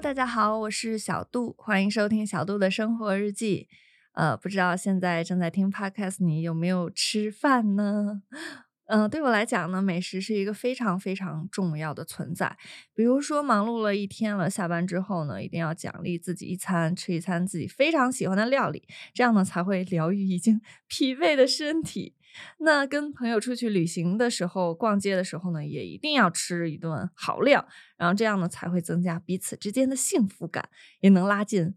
大家好，我是小杜，欢迎收听小杜的生活日记。呃，不知道现在正在听 podcast 你有没有吃饭呢？嗯、对我来讲呢，美食是一个非常非常重要的存在。比如说，忙碌了一天了，下班之后呢，一定要奖励自己一餐，吃一餐自己非常喜欢的料理，这样呢才会疗愈已经 疲惫的身体。那跟朋友出去旅行的时候、逛街的时候呢，也一定要吃一顿好料，然后这样呢才会增加彼此之间的幸福感，也能拉近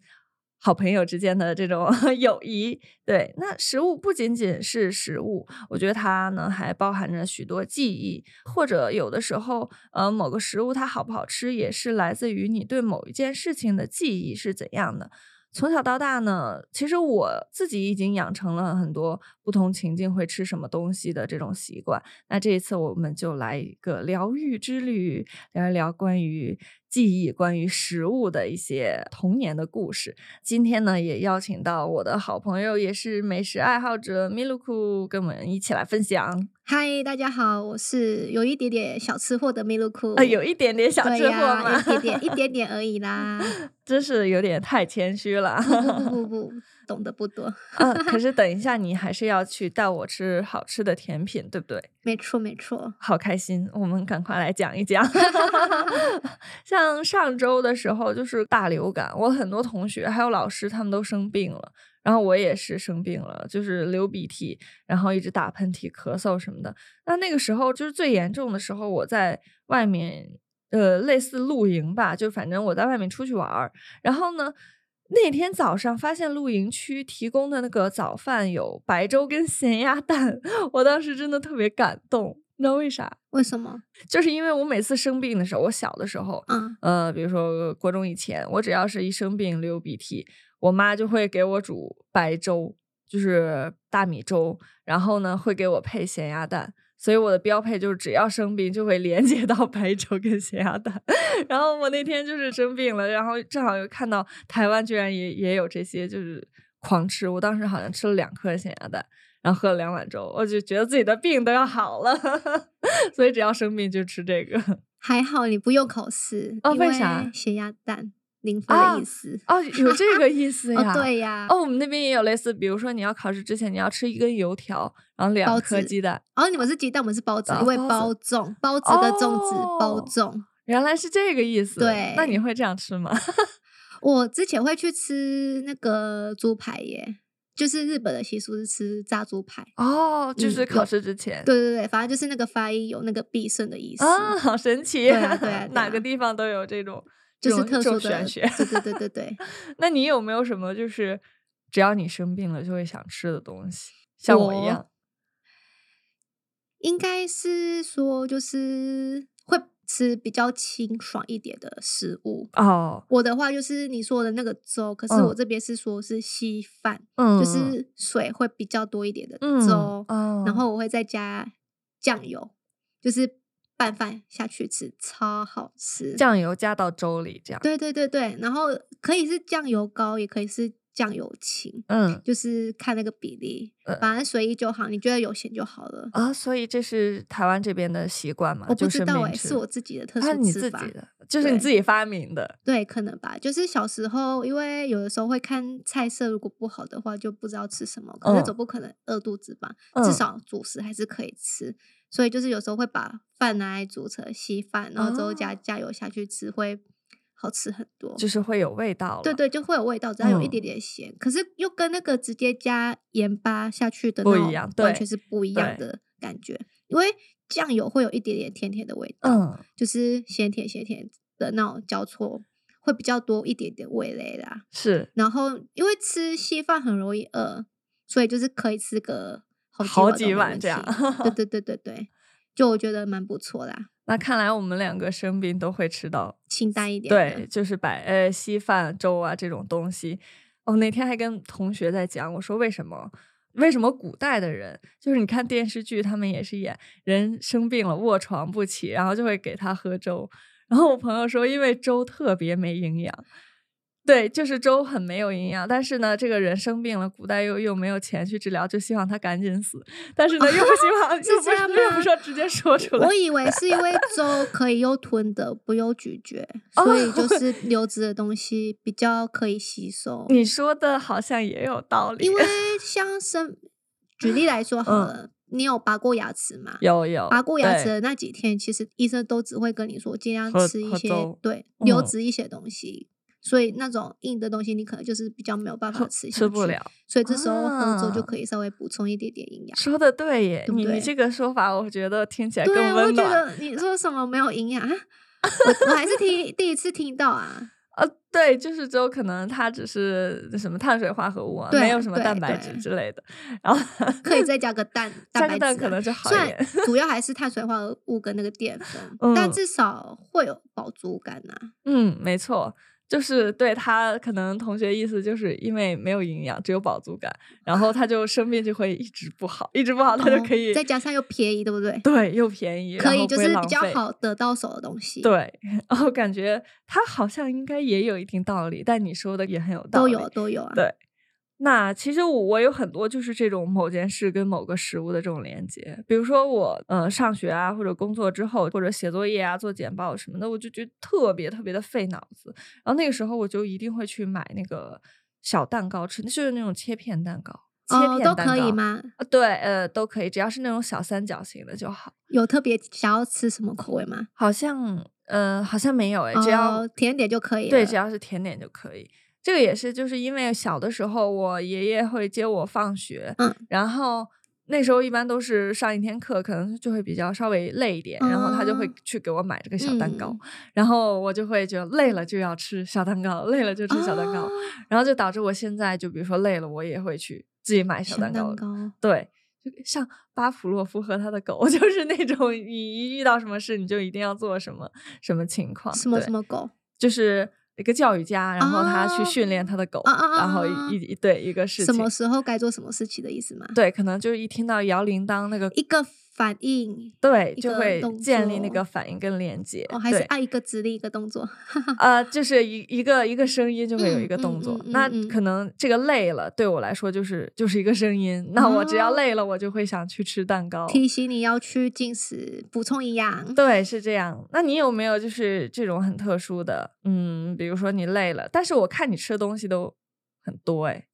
好朋友之间的这种 友谊。对，那食物不仅仅是食物，我觉得它呢还包含着许多记忆，或者有的时候，呃，某个食物它好不好吃，也是来自于你对某一件事情的记忆是怎样的。从小到大呢，其实我自己已经养成了很多不同情境会吃什么东西的这种习惯。那这一次我们就来一个疗愈之旅，聊一聊关于记忆、关于食物的一些童年的故事。今天呢，也邀请到我的好朋友，也是美食爱好者米露库，跟我们一起来分享。嗨，大家好，我是有一点点小吃货的米露库。啊，有一点点小对吃货呀吗？ 有一点点，一点点而已啦。真是有点太谦虚 了。不不不不，懂得不多。嗯，可是等一下，你还是要去带我吃好吃的甜品，对不对？没错没错，好开心，我们赶快来讲一讲。 像上周的时候，就是大流感，我很多同学还有老师他们都生病了，然后我也是生病了，就是流鼻涕，然后一直打喷嚏、咳嗽什么的。那那个时候就是最严重的时候，我在外面，呃，类似露营吧，就反正我在外面出去玩儿，然后呢。那天早上发现露营区提供的那个早饭有白粥跟咸鸭蛋，我当时真的特别感动，你知道为啥？为什么就是因为我每次生病的时候，我小的时候，啊？呃，比如说国中以前，我只要是一生病流鼻涕，我妈就会给我煮白粥，就是大米粥，然后呢会给我配咸鸭蛋。所以我的标配就是只要生病就会连接到白粥跟咸鸭蛋。 然后我那天就是生病了，然后正好又看到台湾居然也也有这些，就是狂吃。我当时好像吃了两颗咸鸭蛋，然后喝了两碗粥，我就觉得自己的病都要好了。 所以只要生病就吃这个。还好你不用考试哦因为啥咸鸭蛋零分的啊意思。哦，有这个意思呀？ 哦，对呀。哦，我们那边也有类似，比如说你要考试之前，你要吃一根油条，然后两包颗子鸡蛋。哦，你们是鸡蛋，我们是包子，啊因为包包粽，包子跟粽子包哦粽。原来是这个意思。对那你会这样吃吗？ 我之前会去吃那个猪排耶，就是日本的习俗是吃炸猪排。哦，就嗯是有考试之前。对对对，反正就是那个发音有那个必胜的意思。啊，好神奇！对 啊对啊对哪啊个地方都有这种，这就是种这特殊种的，玄学。 对对对对对，那你有没有什么就是，只要你生病了就会想吃的东西？像我一我样，应该是说就是会吃比较清爽一点的食物。哦，我的话就是你说的那个粥，可是嗯我这边是说是稀饭，嗯，就是水会比较多一点的嗯粥，哦然后我会再加酱油，就是拌饭下去吃，超好吃。酱油加到粥里，这样，对对对对，然后可以是酱油膏，也可以是酱油青，嗯就是看那个比例嗯，反正随意就好，你觉得有咸就好了。啊，所以这是台湾这边的习惯嘛？我不就知生道病哎、吃是我自己的特啊，殊你吃自己法，的，就是你对自己发明的对，可能吧。就是小时候，因为有的时候会看菜色，如果不好的话就不知道吃什么，可嗯是总不可能饿肚子吧？嗯至少主食还是可以吃。所以就是有时候会把饭拿来煮成稀饭，然后之后加哦酱油下去吃，会好吃很多。就是会有味道了。对对，就会有味道，只要有一嗯点点咸，可是又跟那个直接加盐巴下去的不那一种样完对全是不一样对的感觉，因为酱油会有一点点甜甜的味道，嗯，就是咸甜咸甜的那种交错，会比较多一点点味蕾啦。是然后因为吃稀饭很容易饿，所以就是可以吃个好好几几碗都没碗问这样题对对对对对，就我觉得蛮不错啦，那看来我们两个生病都会吃到，清淡一点的。对，就是白呃稀饭、粥啊这种东西。我、那天还跟同学在讲，我说为什么？为什么古代的人，就是你看电视剧，他们也是演人生病了卧床不起，然后就会给他喝粥。然后我朋友说，因为粥特别没营养，对，就是粥很没有营养，但是呢，这个人生病了，古代又又没有钱去治疗，就希望他赶紧死，但是呢，又不希望， 是又不这样又不吗说直接说出来我，以为是因为粥可以又吞的，不用咀 嚼，所哦以就是流质的东西比较可以吸收。你说的好像也有道理，因为像生，举例来说好嗯了，你有拔过牙齿吗？有有拔过牙齿哦对的那几天，其实医生都只会跟你说尽量喝吃一喝些粥对嗯流质一些东西，所以那种硬的东西你可能就是比较没有办法喝吃下去，吃不了。所以这时候喝粥就啊可以稍微补充一点点营养。说的对耶，对不你你对这个说法，我觉得听起来更对，我温就觉暖。得你说什么没有营 养啊？我我还是第第一次听到啊，呃，对，就是粥可能它只是什么碳水化合物、啊，没对有什么对蛋白对质之类的，然后可以再加个蛋，加个 蛋白蛋质可啊能就好虽一然点。主要还是碳水化合物跟那个淀粉，嗯但至少会有饱足感 呐、啊。嗯，没错，就是对他可能同学意思就是因为没有营养，只有饱足感，然后他就生病就会一直不好，一直不好他就哦可以、再加上又便宜，对不对？对又便宜，可然以后就不会是浪比较费。好得到手的东西，，对， 然后感觉他好像应该也有一定道理，但你说的也很有道都理。有都有啊。对那其实我我有很多就是这种某件事跟某个食物的这种连接，比如说我呃上学啊，或者工作之后，或者写作业啊、做简报什么的，我就觉得特别特别的费脑子。然后那个时候我就一定会去买那个小蛋糕吃，就是那种切片蛋糕，切哦，片都蛋可以糕？吗？啊对，呃，都可以，只要是那种小三角形的就好。有特别想要吃什么口味吗？好像呃好像没有诶，只要哦、甜点就可以了。对，只要是甜点就可以。这个也是，就是因为小的时候，我爷爷会接我放学，嗯然后那时候一般都是上一天课，可能就会比较稍微累一点，然后他就会啊去给我买这个小蛋糕，嗯然后我就会觉得累了就要吃小蛋糕，累了就吃小蛋糕，哦然后就导致我现在就比如说累了，我也会去自己买小小蛋蛋糕，糕。对。就像巴甫洛夫和他的狗， 就是那种你一遇到什么事，你就一定要做什么什么情况，什么啊对什么狗？就是一个教育家，然后他去啊训练他的狗，啊啊啊然后啊一一对一个事什情么，时候该做什么事情的意思吗？对，可能就是一听到摇铃铛那个，一个反应，对，一就个会动建立那个作反应跟连接，哦，还是对按一个指令一个动作。呃，就是一一个一个声音就会有一嗯个动嗯作。嗯那嗯嗯可能这个累了，对我来说就是就是一个声音。那我只要哦累了，我就会想去吃蛋糕。提醒你要去进食，补充营养。对，是这样。那你有没有就是这种很特殊的？嗯，比如说你累了，但是我看你吃的东西都很多、诶，哎，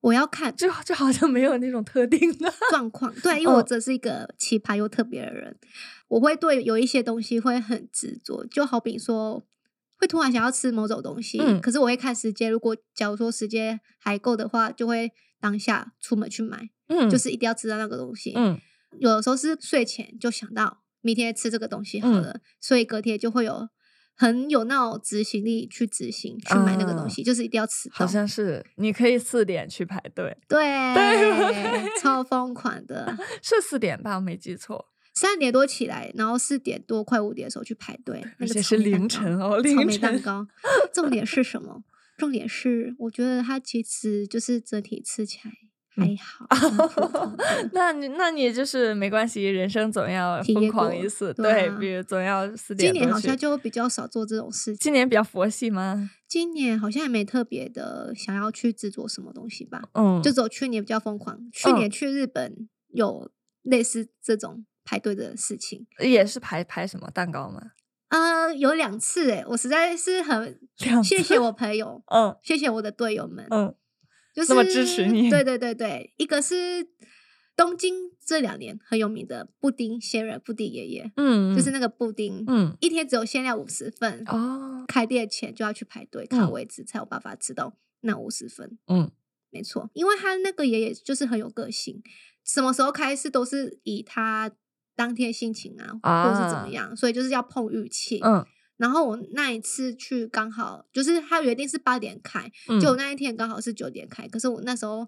我要看这这好像没有那种特定的。状况， 对，因为我嗯这是一个奇葩又特别的人，我会对有一些东西会很执着，就好比说。会突然想要吃某种东西，嗯可是我会看时间。如果假如说时间还够的话，就会当下出门去买，嗯就是一定要吃到那个东西。嗯有的时候是睡前就想到明天吃这个东西好嗯了，所以隔天就会有很有那种执行力去执行去买那个啊东西，就是一定要吃到。好像是，你可以四点去排队，对对超疯狂的，是四点吧？我没记错，三点多起来，然后四点多快五点的时候去排队，那而个且草是莓蛋凌糕晨哦， 草凌莓蛋晨。糕。重点是什么？重点是，我觉得它其实就是整体吃起来还嗯好，蛮普通的那你那你就是没关系，人生总要体疯验狂过一次，对对啊，比如总要 四点多今去。年好像就比较少做这种事情。今年比较佛系吗？今年好像也没特别的想要去制作什么东西吧，嗯，就只有去年比较疯狂。去嗯年去日本有类似这种排队的事情，也是排排什么蛋糕吗？呃，有两次诶、我实在是很两 谢谢我朋友，嗯谢谢我的队友们，嗯就是那么支持你对对对对，一个是东京这两年很有名的布丁仙人布丁爷爷，嗯，就是嗯那个布丁，嗯一天只有限量五十份，哦开店前就要去排队卡嗯位置，才有办法吃到那五十分。嗯没错，因为他那个爷爷就是很有个性，什么时候开始都是以他当天心情啊，或者是怎啊么样，所以就是要碰运气。嗯然后我那一次去刚好就是他约定是八点开，嗯，就我那一天刚好是九点开，可是我那时候。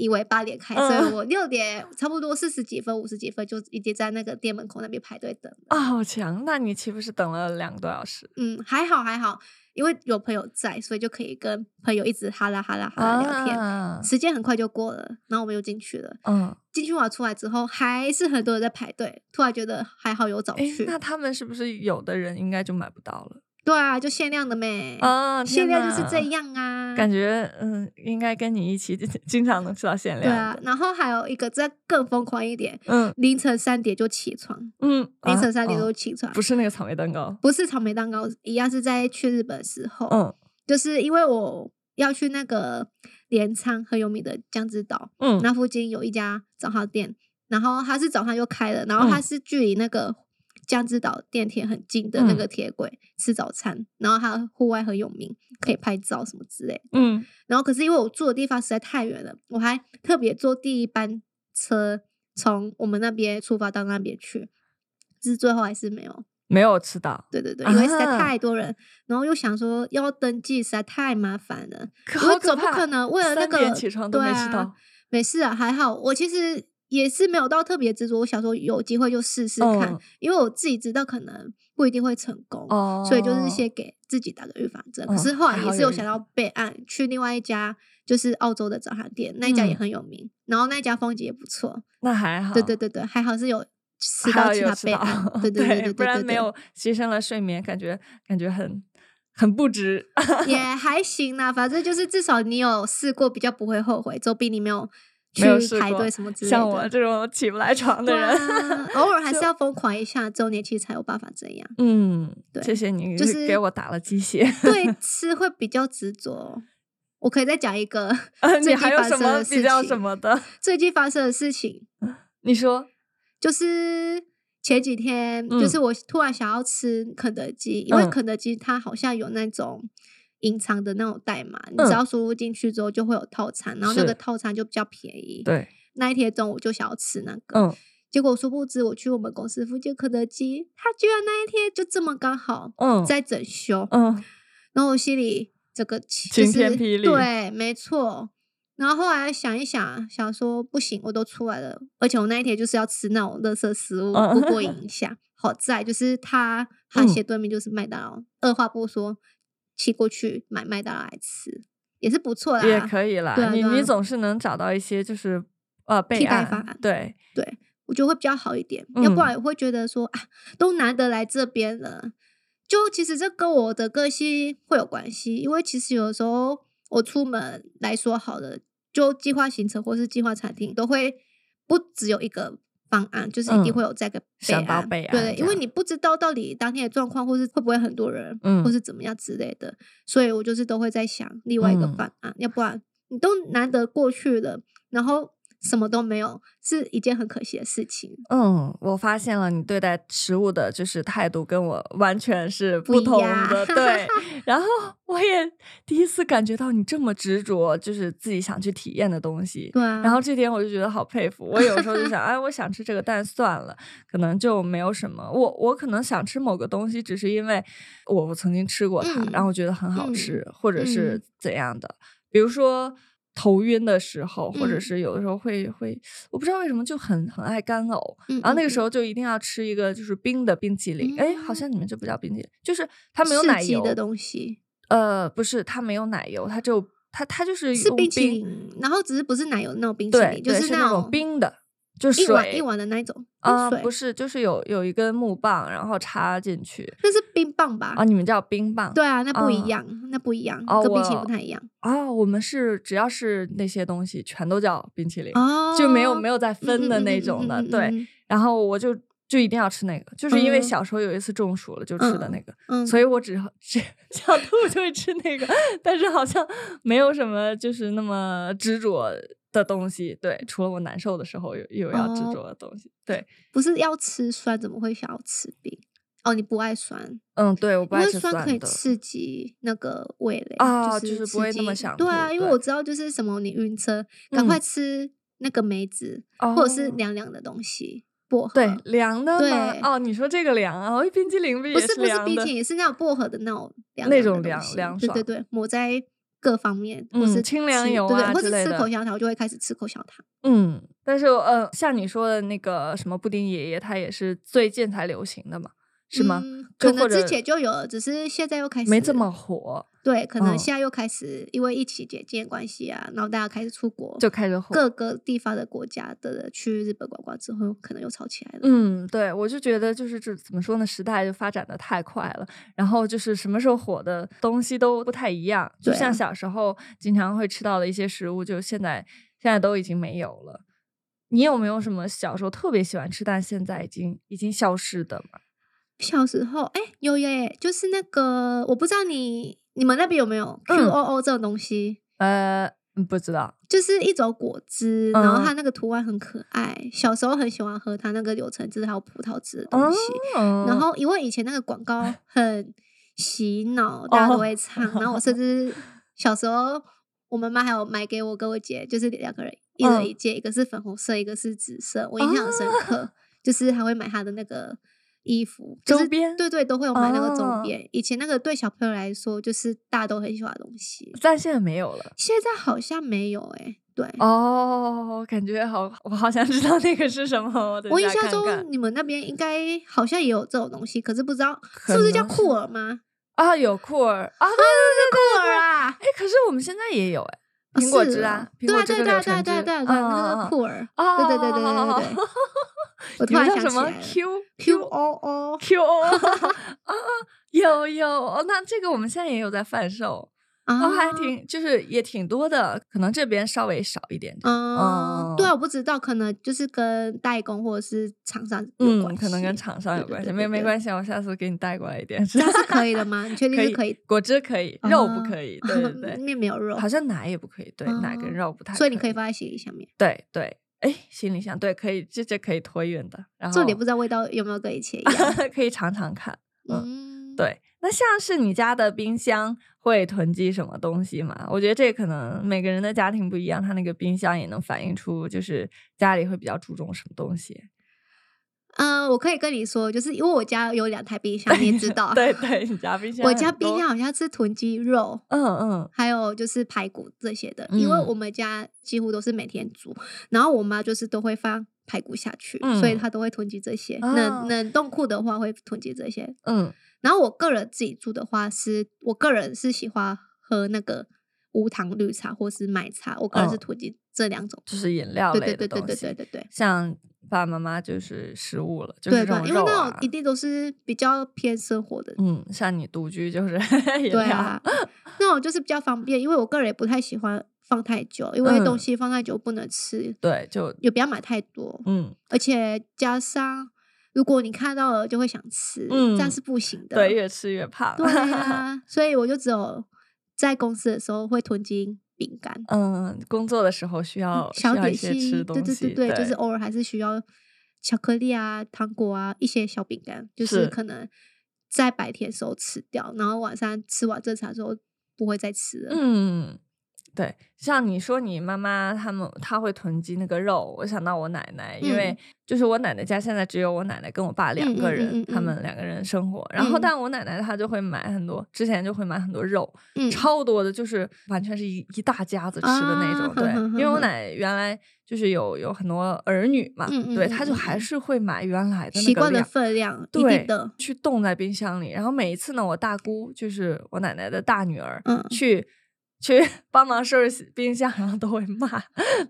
以为八点开，所以嗯我六点差不多四十几分、五十几分就已经在那个店门口那边排队等了。啊好强！那你岂不是等了两个多小时？嗯，还好还好，因为有朋友在，所以就可以跟朋友一直哈啦哈啦哈啦聊天。啊时间很快就过了，然后我们又进去了。嗯，进去完出来之后，还是很多人在排队。突然觉得还好有早哎，去，那他们是不是有的人应该就买不到了？对啊，就限量的咩。啊，限天量就是哪这。样啊。感觉嗯，应该跟你一起 经常能吃到限对量啊的。，然后还有一个再更疯狂一点，嗯凌晨三点就起床，嗯，凌啊晨三点哦就起床，不是那个草莓蛋糕。不是草莓蛋糕，一样是在去日本的时候，嗯就是因为我要去那个镰仓很有名的江之岛，嗯那附近有一家早餐店，然后它是早上又开了，然后它嗯是距离那个江之岛电铁很近的那嗯个铁轨、吃早餐，然后它户外很有名，可以拍照什么之类的嗯然后可是因为我住的地方实在太远了，我还特别坐第一班车从我们那边出发到那边去，只是最后还是没有。没有吃到，对对对，因为实在啊太多人，然后又想说要登记实在太麻烦了，可因为好总不怕可能为了那三个点起床都没吃对到啊。没事啊，还好。我其实也是没有到特别执着，我想说有机会就试试看，嗯因为我自己知道可能不一定会成功，哦，所以就是先给自己打个预防针。哦可是后来还好也是有有预想防到备案，去另外一家就是澳洲的早餐店，那一家也嗯很有名，然后那一家风景也不错。那还好。对对对对，还好是有吃还到好其有他吃备 案到，，对对对对对，不然没对有牺牲了睡眠，感觉感觉很很不 值。 也还行啦，反正就是至少你有试过，比较不会后悔，总比你没有去没有试排过队什么之类的。像我这种起不来床的对人， 啊，偶尔还是要疯狂一下，周年期才有办法这样。嗯，对谢谢你，就是给我打了鸡血。对吃会比较执着。我可以再讲一 个啊最你近还有发什生么的比事较情。什么 的？最近发生的事情你说，就是前几天，嗯就是我突然想要吃肯德基，因为嗯肯德基它好像有那种。隐藏的那种代码，你嗯只要输入进去之后就会有套餐，然后那是个套餐就比较便 宜。对，那一天中午就想要吃那个，嗯结果殊不知我去我们公司附近肯德基，他居然那一天就这么刚好嗯在整修，嗯然后我心里这个气晴就是天霹雳对，没错。然后后来想一想，想说不行，我都出来了，而且我那一天就是要吃那种垃圾食物，嗯 不过瘾一下。好在就是他他斜对面就是麦当劳，二话不说骑过去买麦当劳来吃，也是不错啦。也可以啦。对啊你对啊你总是能找到一些就是呃备替代案方案对，对我觉得会比较好一点，要不嗯然我会觉得说啊，都难得来这边了，就其实这跟我的个性会有关系，因为其实有时候我出门来说好了，就计划行程或是计划餐厅都会不只有一个。方案就是一定嗯会有这个备想到案，备案对，这因为样你不知道到底当天的状况，或是会不会很多人，嗯或是怎么样之类的，所以我就是都会在想另外一个嗯方案，要不然你都难得过去了，然后什么都没有，是一件很可惜的事情。嗯，我发现了你对待食物的就是态度跟我完全是不不一同样的，对。 然后我也第一次感觉到你这么执着，就是自己想去体验的东西。对啊，然后这点我就觉得好佩服。我有时候就 想，哎，我想吃这个，但算了，可能就没有什么。我我可能想吃某个东西，只是因为我我曾经吃过它，嗯然后觉得很好嗯吃，或者是嗯怎样的。比如说头晕的时候，或者嗯是有的时候会会，我不知道为什么就很很爱干呕。嗯，然后那个时候候就一定要吃一个就是冰的冰淇淋，哎、好嗯像你们这不叫冰淇淋，就是它没有奶油的东西呃，不是，它没有奶油，它就它它就是是用冰淇淋，然后只是不是奶油那种冰淇对，淋，就对那种种冰的，就水一碗一碗的那一种啊、冰水不，是，就是有有一根木棒，然后插进去那是冰棒吧啊，？你们叫冰棒，对啊，那不啊一样，那不一样，哦跟冰淇淋我不太一样啊，我们是只要是那些东西全都叫冰淇淋，哦，嗯就没有没有有再分的那种的，对。，然后我就就一定要吃那个，就是因为嗯小时候有一次中暑了就吃的那个，嗯，所以以我只 只想吐就会吃那个，但是好像没有什么就是那么执着的东西。对，除了我难受的时候有有要执哦着的东西。对，不是要吃酸，怎么会想要吃冰？哦，你不爱酸，嗯，对，我不因爱为吃酸酸可以的。刺激那个味蕾啊就就是是刺不会那激么想对啊，吐因为对我知道就是什么，你晕车，赶快嗯吃那个梅子、哦或者是凉凉的东西，薄荷。对凉的吗对？哦，你说这个凉啊？哦，冰激凌不不也是不是凉冰的淇？淋，是那种薄荷的那种凉那凉的种东凉西凉对对爽对，抹在各方面，或嗯是清凉吃油对啊对，或之是类吃的口香糖，我就会开始吃口香糖。嗯，但是呃，像你说的那个什么布丁爷爷，他也是最近才流行的嘛。是吗？嗯就可能或之者前就有了，只嗯是哦现在又开始没这么火，对，可能嗯现在又开始因为疫情解禁的关系啊，然后大家开始出国，就开始火。各个地方的国家的人去日本观光之后，可能又吵起来了。嗯，对，我就觉得就是这怎么说呢，时代就发展的太快了，然后就是什么时候火的东西都不太一样，就对啊像小时候经常会吃到的一些食物，就现在现在都已经没有了。你有没有什么小时候特别喜欢吃，但现在已经已经消失的嘛？小时候，哎、有耶，就是那个，我不知道你你们那边有没有嗯 Q O O 这种东西，呃，嗯不知道。就是一种果汁，然后嗯它那个图案很可爱。小时候很喜欢喝它那个柳橙汁还有葡萄汁的东西，嗯然后因为以前那个广告很洗脑，大哦家都会唱，然后我甚 至小时候我妈妈还有买给我跟我姐，就是两个人一嗯人一件，一个是粉红色，一个是紫色，我印象很深刻，就是还会买她的那个。衣服就是哦周边对对，都会有买那个哦周边。以前那个对小朋友来说，就是大家都很喜欢的东西，但现在没有了。现在好像没有哎、对，哦，感觉好，我好想知道那个是什么。我等我一印下象看中看你们那边应该好像也有这种东西，可是不知道是不是叫可能酷儿吗？啊，有酷儿啊，对酷儿啊，哎，可是我们现在也有哎，哦苹果是汁哦啊，苹对果啊汁对跟啊对柳啊橙对啊汁嗯对啊对啊，那个酷儿，啊，哦对对对对对对对 我突你们然叫想什起来么了 Q Q 哦 O O Q O 啊，有有哦，那这个我们现在也有在贩售，啊哦，还挺就是也挺多的，可能这边稍微少一点点，啊，对嗯啊，我不知道，可能就是跟代工或者是厂商有嗯，关系，可能跟厂商有对关系，对没对没对关系啊，我下次给你带过来一点，这样是可以的吗？你确 定可是以可以？果汁可以，肉啊不可以，对对对，面没有 肉好像奶也不可以，对，奶跟啊肉不太，所以你可以放在行李箱里面，对对，哎，行李箱对，可以，这这可以托运的，然后重点不知道啊味道有没有跟 以前一样。可以尝尝看。嗯，，对，那像是你家的冰箱会囤积什么东西吗？我觉得这可能每个人的家庭不一样，他那个冰箱也能反映出就是家里会比较注重什么东西。嗯，我可以跟你说，就是因为我家有两台冰箱，你也知 道，对 对，你家冰箱我很家冰多，箱好像是囤积肉，嗯嗯，还有就是排骨这些的，因为嗯我们家几乎都是每天煮，然后我妈就是都会放排骨下去，所以嗯她都会囤积这些。哦冷冷冻库的话会囤积这些，嗯，然后我个人自己住的话是，我个人是喜欢喝那个无糖绿茶或是奶茶，我个人哦是囤积这两种。就是饮料对类对的对东对西，对对对对。像爸爸妈妈就是食物了，就是这对种对，因为肉那啊种一。定都是比较偏生活的，嗯，像你独居就是 饮对料啊， 那种就是比较方便，因为我个人也不太喜欢放太久，因为嗯东西放太久不能吃，对，就也不要买太多，嗯，而且加上如果你看到了就会想吃，这嗯样是不行的。对，越吃越胖。对啊，所以我就只有在公司的时候会囤积饼干、 嗯，工作的时候需要哦需小要一点些心，吃对东对西，对对对，就是偶尔还是需要巧克力啊、糖果啊一些小饼干，就是是可能在白天的时候吃掉，然后晚上吃完正餐的时候不会再吃了。嗯，对，像你说你妈妈他们她会囤积那个肉，我想到我奶奶，因为嗯就是我奶奶家现在只有我奶奶跟我爸两嗯个嗯嗯人，嗯他嗯们两个人生活，然后嗯但我奶奶她就会买很多，之前就会买很多肉，嗯超多的，就是完全是一一大家子吃的那种。啊对，哼哼因为我哼奶原来就是有有很多儿女嘛，嗯嗯对，嗯她就嗯还嗯是会买原来的那习个惯的量。分量，一对定的，去冻在冰箱里。然后每一次呢，我大姑就是我奶奶的大女儿，嗯，去去 帮忙收拾冰箱，然后都会骂，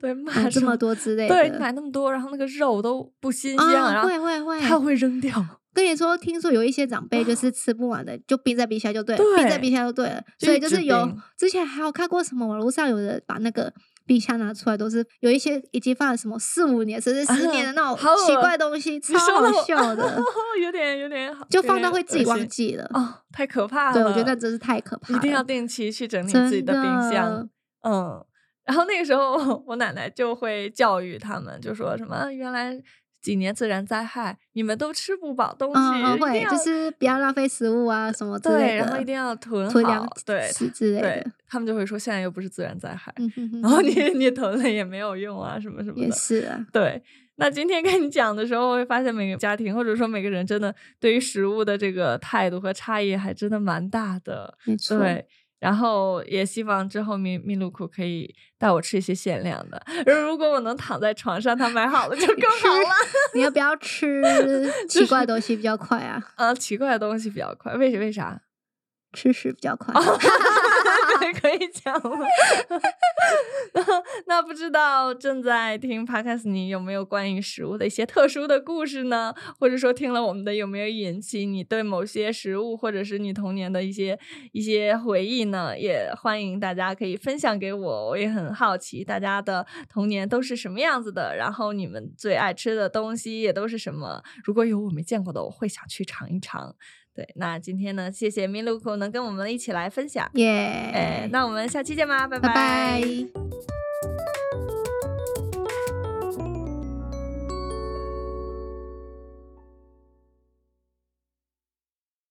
对骂买哦嗯这说么多之类的，对，你买那么多，然后那个肉都不新鲜了，啊，然后会会会，她会扔掉，跟你说，听说有一些长辈就是吃不完的，就冰在冰箱就对了，啊对冰在冰箱就对了。就所以一就直是有冰之前还有看过什么网络上有人把那个冰箱拿出来，都是有一些已经放了什么四五年甚至十年的那啊好种奇恶怪的东 西，你超说好得我笑 的，有点有点好，就有放到点会自己啊恶忘心记了。哦，太可怕了。对，我觉得那真是太可怕了，一定要定期去整理真自己的冰箱的。嗯，然后那个时候 我奶奶就会教育他们，就说什么啊原来几年自然灾害，你们都吃不饱东西，嗯嗯一定会，要就是不要浪费食物啊什么之对，类的，然后一定要囤囤好粮，对食之类对的。，他们就会说现在又不是自然灾害，嗯哼哼然后哼你哼你囤了也没有用啊，什么什么也的。是啊，对，那今天跟你讲的时候，我会发现每个家庭或者说每个人真的对于食物的这个态度和差异还真的蛮大的。没错，对，然后也希望之后密密鲁库可以带我吃一些限量的。 如果我能躺在床上，他买好了就更好了。你要不要 吃奇怪的东西比较快啊？呃，奇怪的东西比较快，为为啥？吃屎比较快。哦 可以讲吗？那不知道正在听 podcast 你有没有关于食物的一些特殊的故事呢？或者说听了我们的有没有引起你对某些食物或者是你童年的一些一些回忆呢？也欢迎大家可以分享给我，我也很好奇大家的童年都是什么样子的，然后你们最爱吃的东西也都是什么？如果有我没见过的，我会想去尝一尝。对，那今天呢，谢谢 Miluko 哎能跟我们一起来分享。耶、哎，那我们下期见吧，拜拜拜。